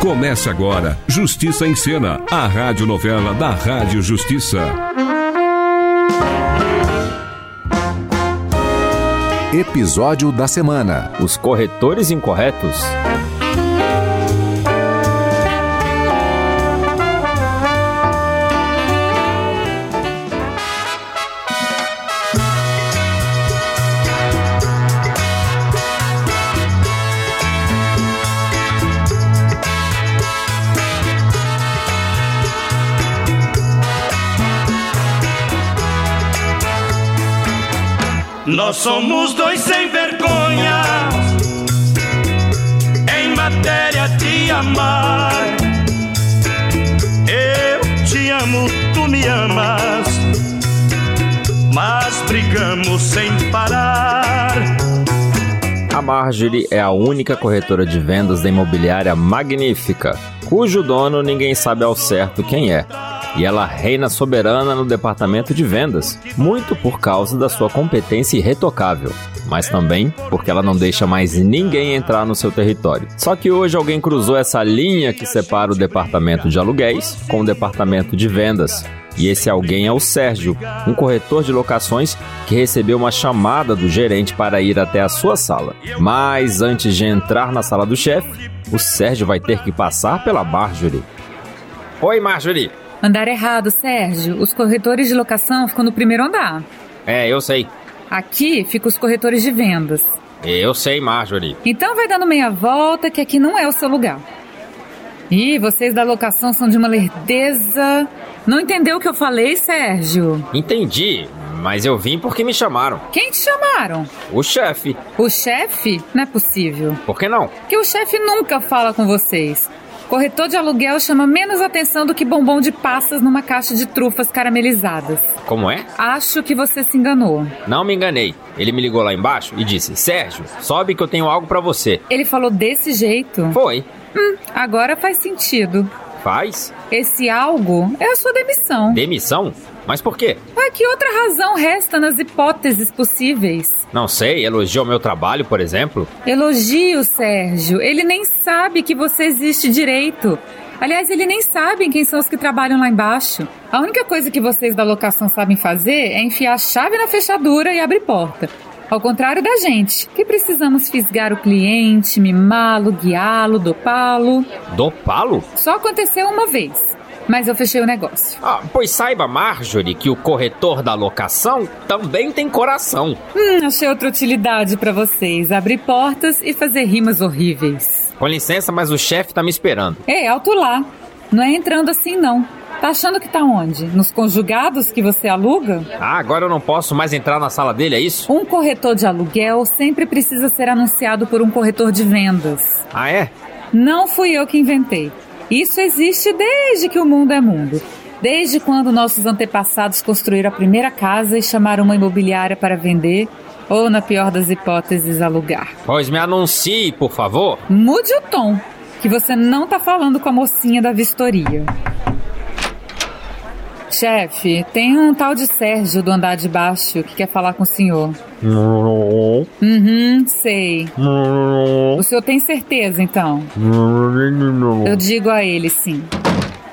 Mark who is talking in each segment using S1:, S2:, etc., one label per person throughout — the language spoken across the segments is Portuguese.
S1: Começa agora Justiça em Cena, a radionovela da Rádio Justiça.
S2: Episódio da semana:
S3: Os corretores incorretos.
S4: Nós somos dois sem vergonha em matéria de amar. Eu te amo, tu me amas, mas brigamos sem parar.
S3: A Marjorie é a única corretora de vendas da imobiliária Magnífica, cujo dono ninguém sabe ao certo quem é. E ela reina soberana no departamento de vendas, muito por causa da sua competência irretocável, mas também porque ela não deixa mais ninguém entrar no seu território. Só que hoje alguém cruzou essa linha que separa o departamento de aluguéis com o departamento de vendas, e esse alguém é o Sérgio, um corretor de locações que recebeu uma chamada do gerente para ir até a sua sala. Mas antes de entrar na sala do chefe, o Sérgio vai ter que passar pela Marjorie. Oi, Marjorie!
S5: Andar errado, Sérgio. Os corretores de locação ficam no primeiro andar.
S3: É, eu sei.
S5: Aqui ficam os corretores de vendas.
S3: Eu sei, Marjorie.
S5: Então vai dando meia volta que aqui não é o seu lugar. Ih, vocês da locação são de uma lerdeza. Não entendeu o que eu falei, Sérgio?
S3: Entendi, mas eu vim porque me chamaram.
S5: Quem te chamaram?
S3: O chefe.
S5: O chefe? Não é possível.
S3: Por que não?
S5: Que o chefe nunca fala com vocês. Corretor de aluguel chama menos atenção do que bombom de passas numa caixa de trufas caramelizadas.
S3: Como é?
S5: Acho que você se enganou.
S3: Não me enganei. Ele me ligou lá embaixo e disse: Sérgio, sobe que eu tenho algo pra você.
S5: Ele falou desse jeito?
S3: Foi.
S5: Hum, agora faz sentido.
S3: Faz?
S5: Esse algo é a sua demissão.
S3: Demissão? Mas por quê?
S5: Ah, que outra razão resta nas hipóteses possíveis?
S3: Não sei, elogiou meu trabalho, por exemplo?
S5: Elogio, Sérgio. Ele nem sabe que você existe direito. Aliás, ele nem sabe quem são os que trabalham lá embaixo. A única coisa que vocês da locação sabem fazer é enfiar a chave na fechadura e abrir porta. Ao contrário da gente, que precisamos fisgar o cliente, mimá-lo, guiá-lo, dopá-lo.
S3: Dopá-lo?
S5: Só aconteceu uma vez, mas eu fechei o negócio.
S3: Ah, pois saiba, Marjorie, que o corretor da locação também tem coração.
S5: Hum, achei outra utilidade pra vocês: abrir portas e fazer rimas horríveis.
S3: Com licença, mas o chefe tá me esperando.
S5: Ei, alto lá. Não é entrando assim, não. Tá achando que tá onde? Nos conjugados que você aluga?
S3: Ah, agora eu não posso mais entrar na sala dele, é isso?
S5: Um corretor de aluguel sempre precisa ser anunciado por um corretor de vendas.
S3: Ah, é?
S5: Não fui eu que inventei. Isso existe desde que o mundo é mundo. Desde quando nossos antepassados construíram a primeira casa e chamaram uma imobiliária para vender, ou, na pior das hipóteses, alugar.
S3: Pois me anuncie, por favor.
S5: Mude o tom, que você não tá falando com a mocinha da vistoria. Chefe, tem um tal de Sérgio do andar de baixo que quer falar com o senhor. Uhum, sei. O senhor tem certeza, então? Eu digo a ele, sim.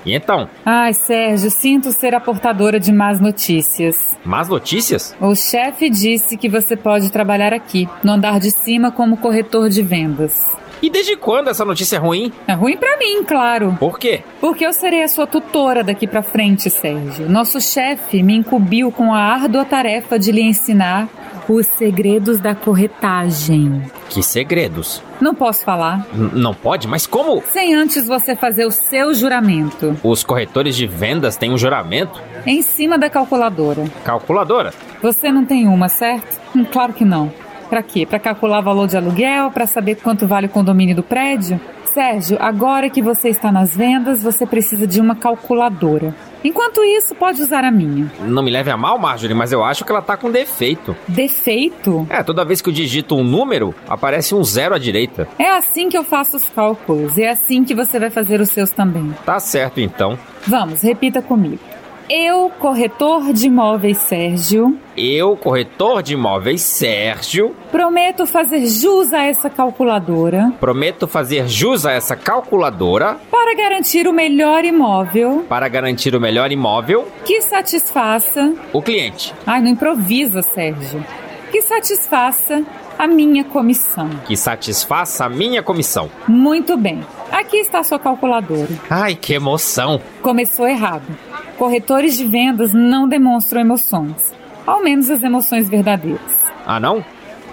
S3: E então?
S5: Ai, Sérgio, sinto ser a portadora de más notícias.
S3: Más notícias?
S5: O chefe disse que você pode trabalhar aqui, no andar de cima, como corretor de vendas.
S3: E desde quando essa notícia é ruim?
S5: É ruim pra mim, claro.
S3: Por quê?
S5: Porque eu serei a sua tutora daqui pra frente, Sérgio. Nosso chefe me incumbiu com a árdua tarefa de lhe ensinar os segredos da corretagem.
S3: Que segredos?
S5: Não posso falar.
S3: N- não pode? Mas como?
S5: Sem antes você fazer o seu juramento.
S3: Os corretores de vendas têm um juramento?
S5: Em cima da calculadora.
S3: Calculadora?
S5: Você não tem uma, certo? Hum, Claro que não. Para quê? Para calcular valor de aluguel, para saber quanto vale o condomínio do prédio? Sérgio, agora que você está nas vendas, você precisa de uma calculadora. Enquanto isso, pode usar a minha.
S3: Não me leve a mal, Marjorie, mas eu acho que ela tá com defeito.
S5: Defeito?
S3: É, toda vez que eu digito um número, aparece um zero à direita.
S5: É assim que eu faço os cálculos e é assim que você vai fazer os seus também.
S3: Tá certo então.
S5: Vamos, repita comigo. Eu, corretor de imóveis Sérgio,
S3: Eu, corretor de imóveis Sérgio,
S5: prometo fazer jus a essa calculadora
S3: prometo fazer jus a essa calculadora
S5: para garantir o melhor imóvel
S3: para garantir o melhor imóvel,
S5: que satisfaça.
S3: o cliente,
S5: Ai, não improvisa, Sérgio. Que satisfaça a minha comissão.
S3: que satisfaça a minha comissão.
S5: Muito bem. Aqui está a sua calculadora.
S3: Ai, que emoção!
S5: Começou errado. Corretores de vendas não demonstram emoções, ao menos as emoções verdadeiras.
S3: Ah, não?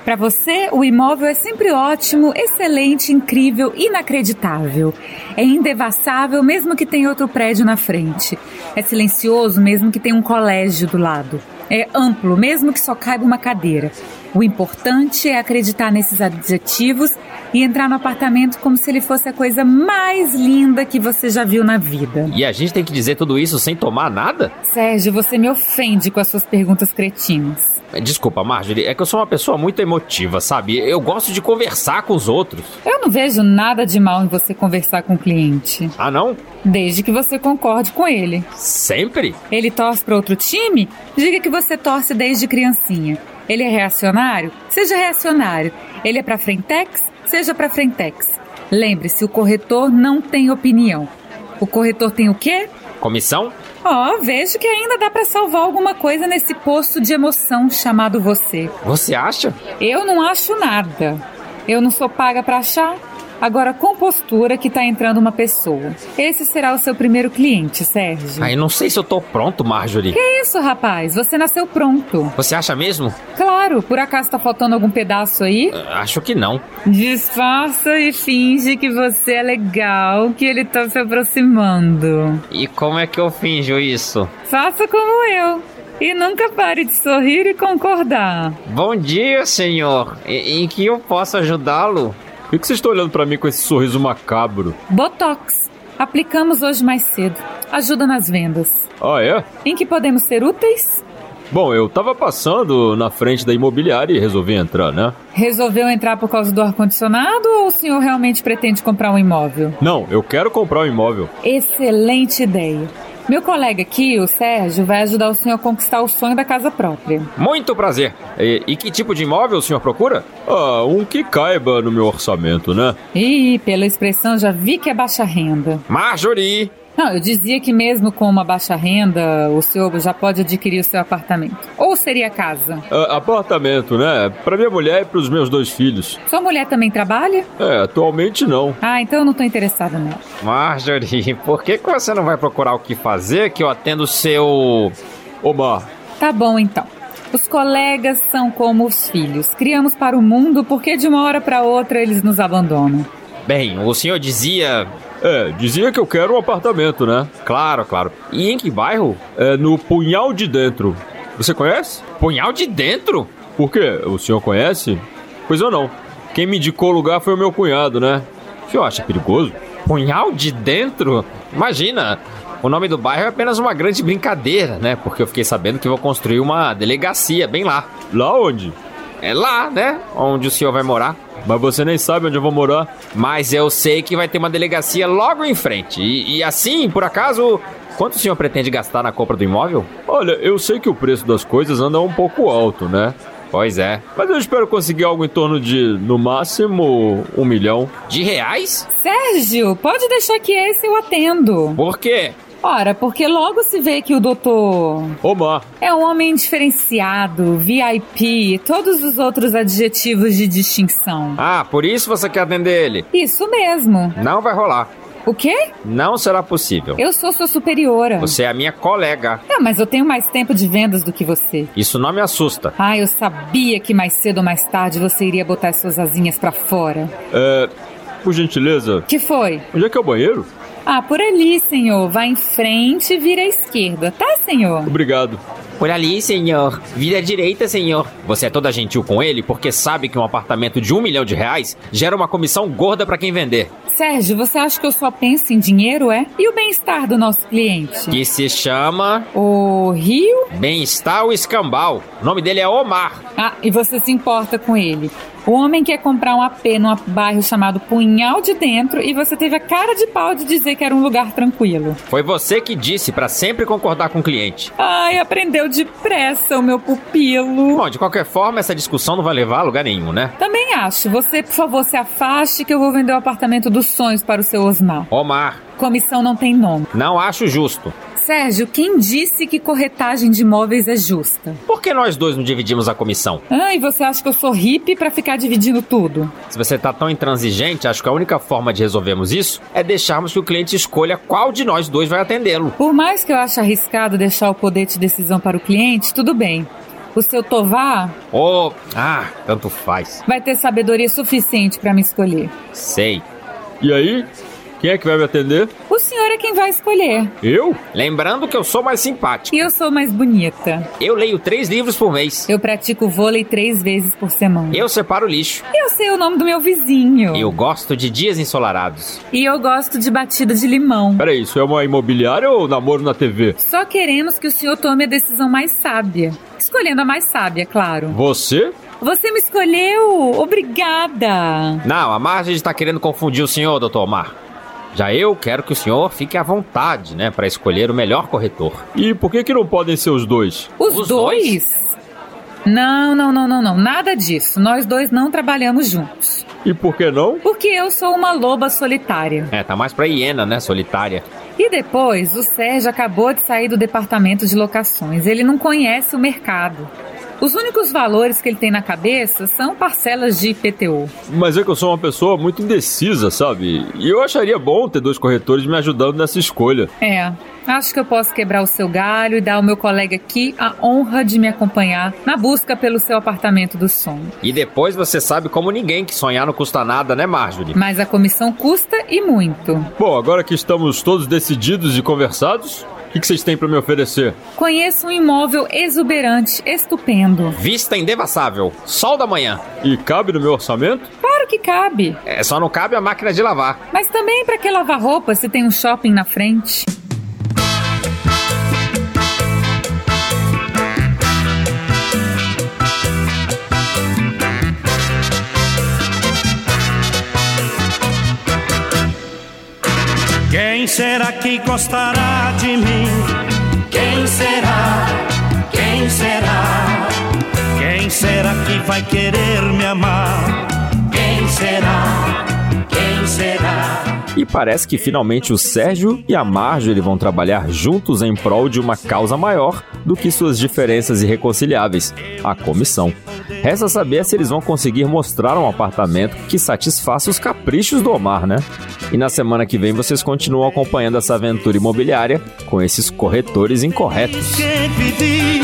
S5: Para você, o imóvel é sempre ótimo, excelente, incrível, inacreditável. É indevassável, mesmo que tenha outro prédio na frente. É silencioso, mesmo que tenha um colégio do lado. É amplo, mesmo que só caiba uma cadeira. O importante é acreditar nesses adjetivos e entrar no apartamento como se ele fosse a coisa mais linda que você já viu na vida.
S3: E a gente tem que dizer tudo isso sem tomar nada?
S5: Sérgio, você me ofende com as suas perguntas cretinas.
S3: Desculpa, Marjorie, é que eu sou uma pessoa muito emotiva, sabe? Eu gosto de conversar com os outros.
S5: Eu não vejo nada de mal em você conversar com o cliente.
S3: Ah, não?
S5: Desde que você concorde com ele.
S3: Sempre?
S5: Ele torce para outro time? Diga que você torce desde criancinha. Ele é reacionário? Seja reacionário. Ele é para frentex? Seja para frentex. Lembre-se, o corretor não tem opinião. O corretor tem o quê?
S3: Comissão?
S5: Ó, vejo que ainda dá para salvar alguma coisa nesse poço de emoção chamado você.
S3: Você acha?
S5: Eu não acho nada. Eu não sou paga para achar. Agora, com postura que tá entrando uma pessoa. Esse será o seu primeiro cliente, Sérgio.
S3: Ai, não sei se eu tô pronto, Marjorie.
S5: Que isso, rapaz? Você nasceu pronto.
S3: Você acha mesmo?
S5: Claro, por acaso tá faltando algum pedaço aí?
S3: Ah, Acho que não.
S5: Disfarça e finge que você é legal, que ele tá se aproximando.
S3: E como é que eu finjo isso?
S5: Faça como eu. E nunca pare de sorrir e concordar.
S3: Bom dia, senhor. E- em que eu posso ajudá-lo?
S1: Por que, que vocês estão olhando pra mim com esse sorriso macabro?
S5: Botox. Aplicamos hoje mais cedo. Ajuda nas vendas.
S1: Ah, é?
S5: Em que podemos ser úteis?
S1: Bom, eu tava passando na frente da imobiliária e resolvi entrar, né?
S5: Resolveu entrar por causa do ar-condicionado ou o senhor realmente pretende comprar um imóvel?
S1: Não, eu quero comprar um imóvel.
S5: Excelente ideia. Meu colega aqui, o Sérgio, vai ajudar o senhor a conquistar o sonho da casa própria.
S3: Muito prazer. E, e que tipo de imóvel o senhor procura?
S1: Ah, um que caiba no meu orçamento, né?
S5: Ih, pela expressão já vi que é baixa renda.
S3: Marjorie!
S5: Não, eu dizia que mesmo com uma baixa renda, o senhor já pode adquirir o seu apartamento. Ou seria casa.
S1: Ah, apartamento, né? Pra minha mulher e pros meus dois filhos.
S5: Sua mulher também trabalha?
S1: É, atualmente não.
S5: Ah, então eu não tô interessada nela.
S3: Marjorie, por que, que você não vai procurar o que fazer que eu atendo o seu.
S1: Omar,
S5: Tá bom então. Os colegas são como os filhos. Criamos para o mundo porque de uma hora para outra eles nos abandonam.
S3: Bem, o senhor dizia.
S1: é, dizia que eu quero um apartamento, né?
S3: Claro, claro. E em que bairro?
S1: É no Punhal de Dentro. Você conhece?
S3: Punhal de dentro?
S1: Por quê? O senhor conhece? Pois eu não. Quem me indicou o lugar foi o meu cunhado, né? O senhor acha perigoso?
S3: Punhal de dentro? Imagina! O nome do bairro é apenas uma grande brincadeira, né? Porque eu fiquei sabendo que vou construir uma delegacia bem lá.
S1: Lá onde?
S3: É lá, né? Onde o senhor vai morar.
S1: Mas você nem sabe onde eu vou morar.
S3: Mas eu sei que vai ter uma delegacia logo em frente. E, e assim, por acaso, quanto o senhor pretende gastar na compra do imóvel?
S1: Olha, eu sei que o preço das coisas anda um pouco alto, né?
S3: Pois é.
S1: Mas eu espero conseguir algo em torno de, no máximo, um milhão.
S3: De reais?
S5: Sérgio, pode deixar que esse eu atendo.
S3: Por quê?
S5: Ora, porque logo se vê que o doutor
S1: Omar,
S5: é um homem diferenciado, VIP, e todos os outros adjetivos de distinção.
S3: Ah, por isso você quer atender ele?
S5: Isso mesmo.
S3: Não vai rolar.
S5: O quê?
S3: Não será possível.
S5: Eu sou sua superiora.
S3: Você é a minha colega.
S5: Não, mas eu tenho mais tempo de vendas do que você.
S3: Isso não me assusta.
S5: Ah, eu sabia que mais cedo ou mais tarde você iria botar as suas asinhas pra fora.
S1: é. Por gentileza,
S5: Que foi?
S1: onde é que é o banheiro?
S5: Ah, por ali, senhor. Vai em frente e vira à esquerda, tá, senhor?
S1: Obrigado.
S3: Por ali, senhor. Vira à direita, senhor. Você é toda gentil com ele porque sabe que um apartamento de um milhão de reais gera uma comissão gorda pra quem vender.
S5: Sérgio, você acha que eu só penso em dinheiro, é? E o bem-estar do nosso cliente?
S3: Que se chama
S5: O Rio?
S3: Bem-Estar o Escambau. O nome dele é Omar.
S5: Ah, e você se importa com ele. O homem quer comprar um AP num bairro chamado Punhal de Dentro e você teve a cara de pau de dizer que era um lugar tranquilo.
S3: Foi você que disse pra sempre concordar com o cliente.
S5: Ai, aprendeu depressa o meu pupilo.
S3: Bom, de qualquer forma, essa discussão não vai levar a lugar nenhum, né?
S5: Também acho. Você, por favor, se afaste que eu vou vender o apartamento dos sonhos para o seu Osmar.
S3: Omar,
S5: Comissão não tem nome.
S3: não acho justo.
S5: Sérgio, quem disse que corretagem de imóveis é justa?
S3: Por que nós dois não dividimos a comissão?
S5: Ah, e você acha que eu sou hippie pra ficar dividindo tudo?
S3: Se você tá tão intransigente, acho que a única forma de resolvermos isso é deixarmos que o cliente escolha qual de nós dois vai atendê-lo.
S5: Por mais que eu ache arriscado deixar o poder de decisão para o cliente, tudo bem. O seu Tovar
S3: Oh, ah, tanto faz.
S5: vai ter sabedoria suficiente pra me escolher.
S3: Sei.
S1: E aí? Quem é que vai me atender?
S5: O senhor é quem vai escolher.
S1: Eu?
S3: Lembrando que eu sou mais simpático.
S5: E eu sou mais bonita.
S3: Eu leio três livros por mês.
S5: Eu pratico vôlei três vezes por semana.
S3: Eu separo lixo.
S5: Eu sei o nome do meu vizinho.
S3: Eu gosto de dias ensolarados.
S5: E eu gosto de batida de limão.
S1: Peraí, isso é uma imobiliária ou namoro na TV?
S5: Só queremos que o senhor tome a decisão mais sábia. Escolhendo a mais sábia, claro.
S1: Você?
S5: Você me escolheu! Obrigada!
S3: Não, a Marge está querendo confundir o senhor, doutor Omar. Já eu quero que o senhor fique à vontade, né, para escolher o melhor corretor.
S1: E por que que não podem ser os dois?
S5: Os,
S3: Os
S5: dois? Não, não, não, não, não. Nada disso. Nós dois não trabalhamos juntos.
S1: E por que não?
S5: Porque eu sou uma loba solitária.
S3: É, tá mais pra hiena, né, solitária.
S5: E depois, o Sérgio acabou de sair do departamento de locações. Ele não conhece o mercado. Os únicos valores que ele tem na cabeça são parcelas de IPTU.
S1: Mas é que eu sou uma pessoa muito indecisa, sabe? E eu acharia bom ter dois corretores me ajudando nessa escolha.
S5: É, acho que eu posso quebrar o seu galho e dar ao meu colega aqui a honra de me acompanhar na busca pelo seu apartamento do sonho.
S3: E depois você sabe como ninguém que sonhar não custa nada, né, Marjorie?
S5: Mas a comissão custa e muito.
S1: Bom, agora que estamos todos decididos e conversados, o que, que vocês têm pra me oferecer?
S5: Conheço um imóvel exuberante, estupendo.
S3: Vista indevassável, sol da manhã.
S1: E cabe no meu orçamento?
S5: Claro que cabe,
S3: É, só não cabe a máquina de lavar.
S5: mas também para que lavar roupa se tem um shopping na frente?
S4: Quem será que gostará de mim? Quem será? Quem será? Quem será que vai querer me amar? Quem será? Quem será?
S3: E parece que finalmente o Sérgio e a Marjorie vão trabalhar juntos em prol de uma causa maior do que suas diferenças irreconciliáveis, a comissão. Resta saber se eles vão conseguir mostrar um apartamento que satisfaça os caprichos do Omar, né? E na semana que vem vocês continuam acompanhando essa aventura imobiliária com esses corretores incorretos.
S4: Quem pedir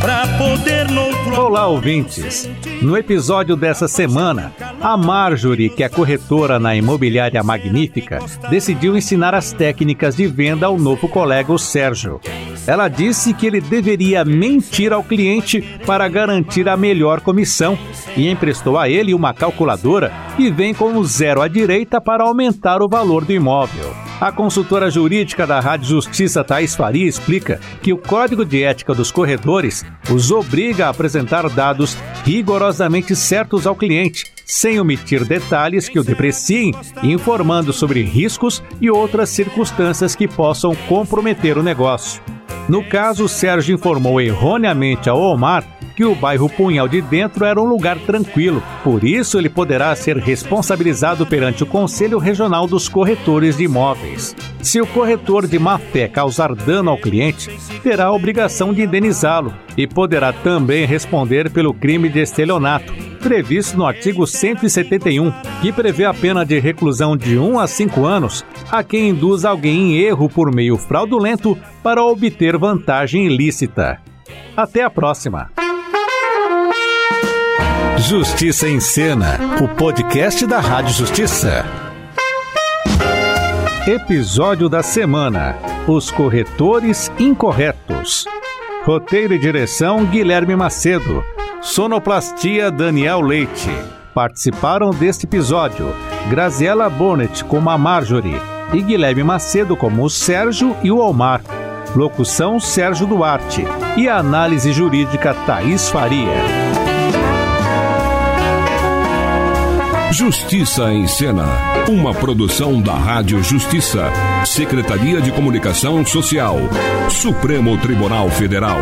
S4: pra poder não
S6: Olá, ouvintes! No episódio dessa semana, a Marjorie, que é corretora na Imobiliária Magnífica, decidiu ensinar as técnicas de venda ao novo colega, o Sérgio. Ela disse que ele deveria mentir ao cliente para garantir a melhor comissão e emprestou a ele uma calculadora que vem com o zero à direita para aumentar o valor do imóvel. A consultora jurídica da Rádio Justiça, Thais Faria, explica que o Código de Ética dos Corredores os obriga a apresentar dados rigorosamente certos ao cliente, sem omitir detalhes que o depreciem, informando sobre riscos e outras circunstâncias que possam comprometer o negócio. No caso, Sérgio informou erroneamente ao Omar que o bairro Punhal de Dentro era um lugar tranquilo. Por isso, ele poderá ser responsabilizado perante o Conselho Regional dos Corretores de Imóveis. Se o corretor de má fé causar dano ao cliente, terá a obrigação de indenizá-lo e poderá também responder pelo crime de estelionato, previsto no artigo 171, que prevê a pena de reclusão de 1 a 5 anos a quem induz alguém em erro por meio fraudulento para obter vantagem ilícita. Até a próxima!
S2: Justiça em Cena.
S6: o podcast da Rádio Justiça. Episódio da semana: Os corretores incorretos. Roteiro e direção Guilherme Macedo. Sonoplastia Daniel Leite. Participaram deste episódio Graziela Bonnet como a Marjorie e Guilherme Macedo como o Sérgio e o Omar. Locução Sérgio Duarte e a análise jurídica Thaís Faria.
S7: Justiça em Cena, uma produção da Rádio Justiça, Secretaria de Comunicação Social, Supremo Tribunal Federal.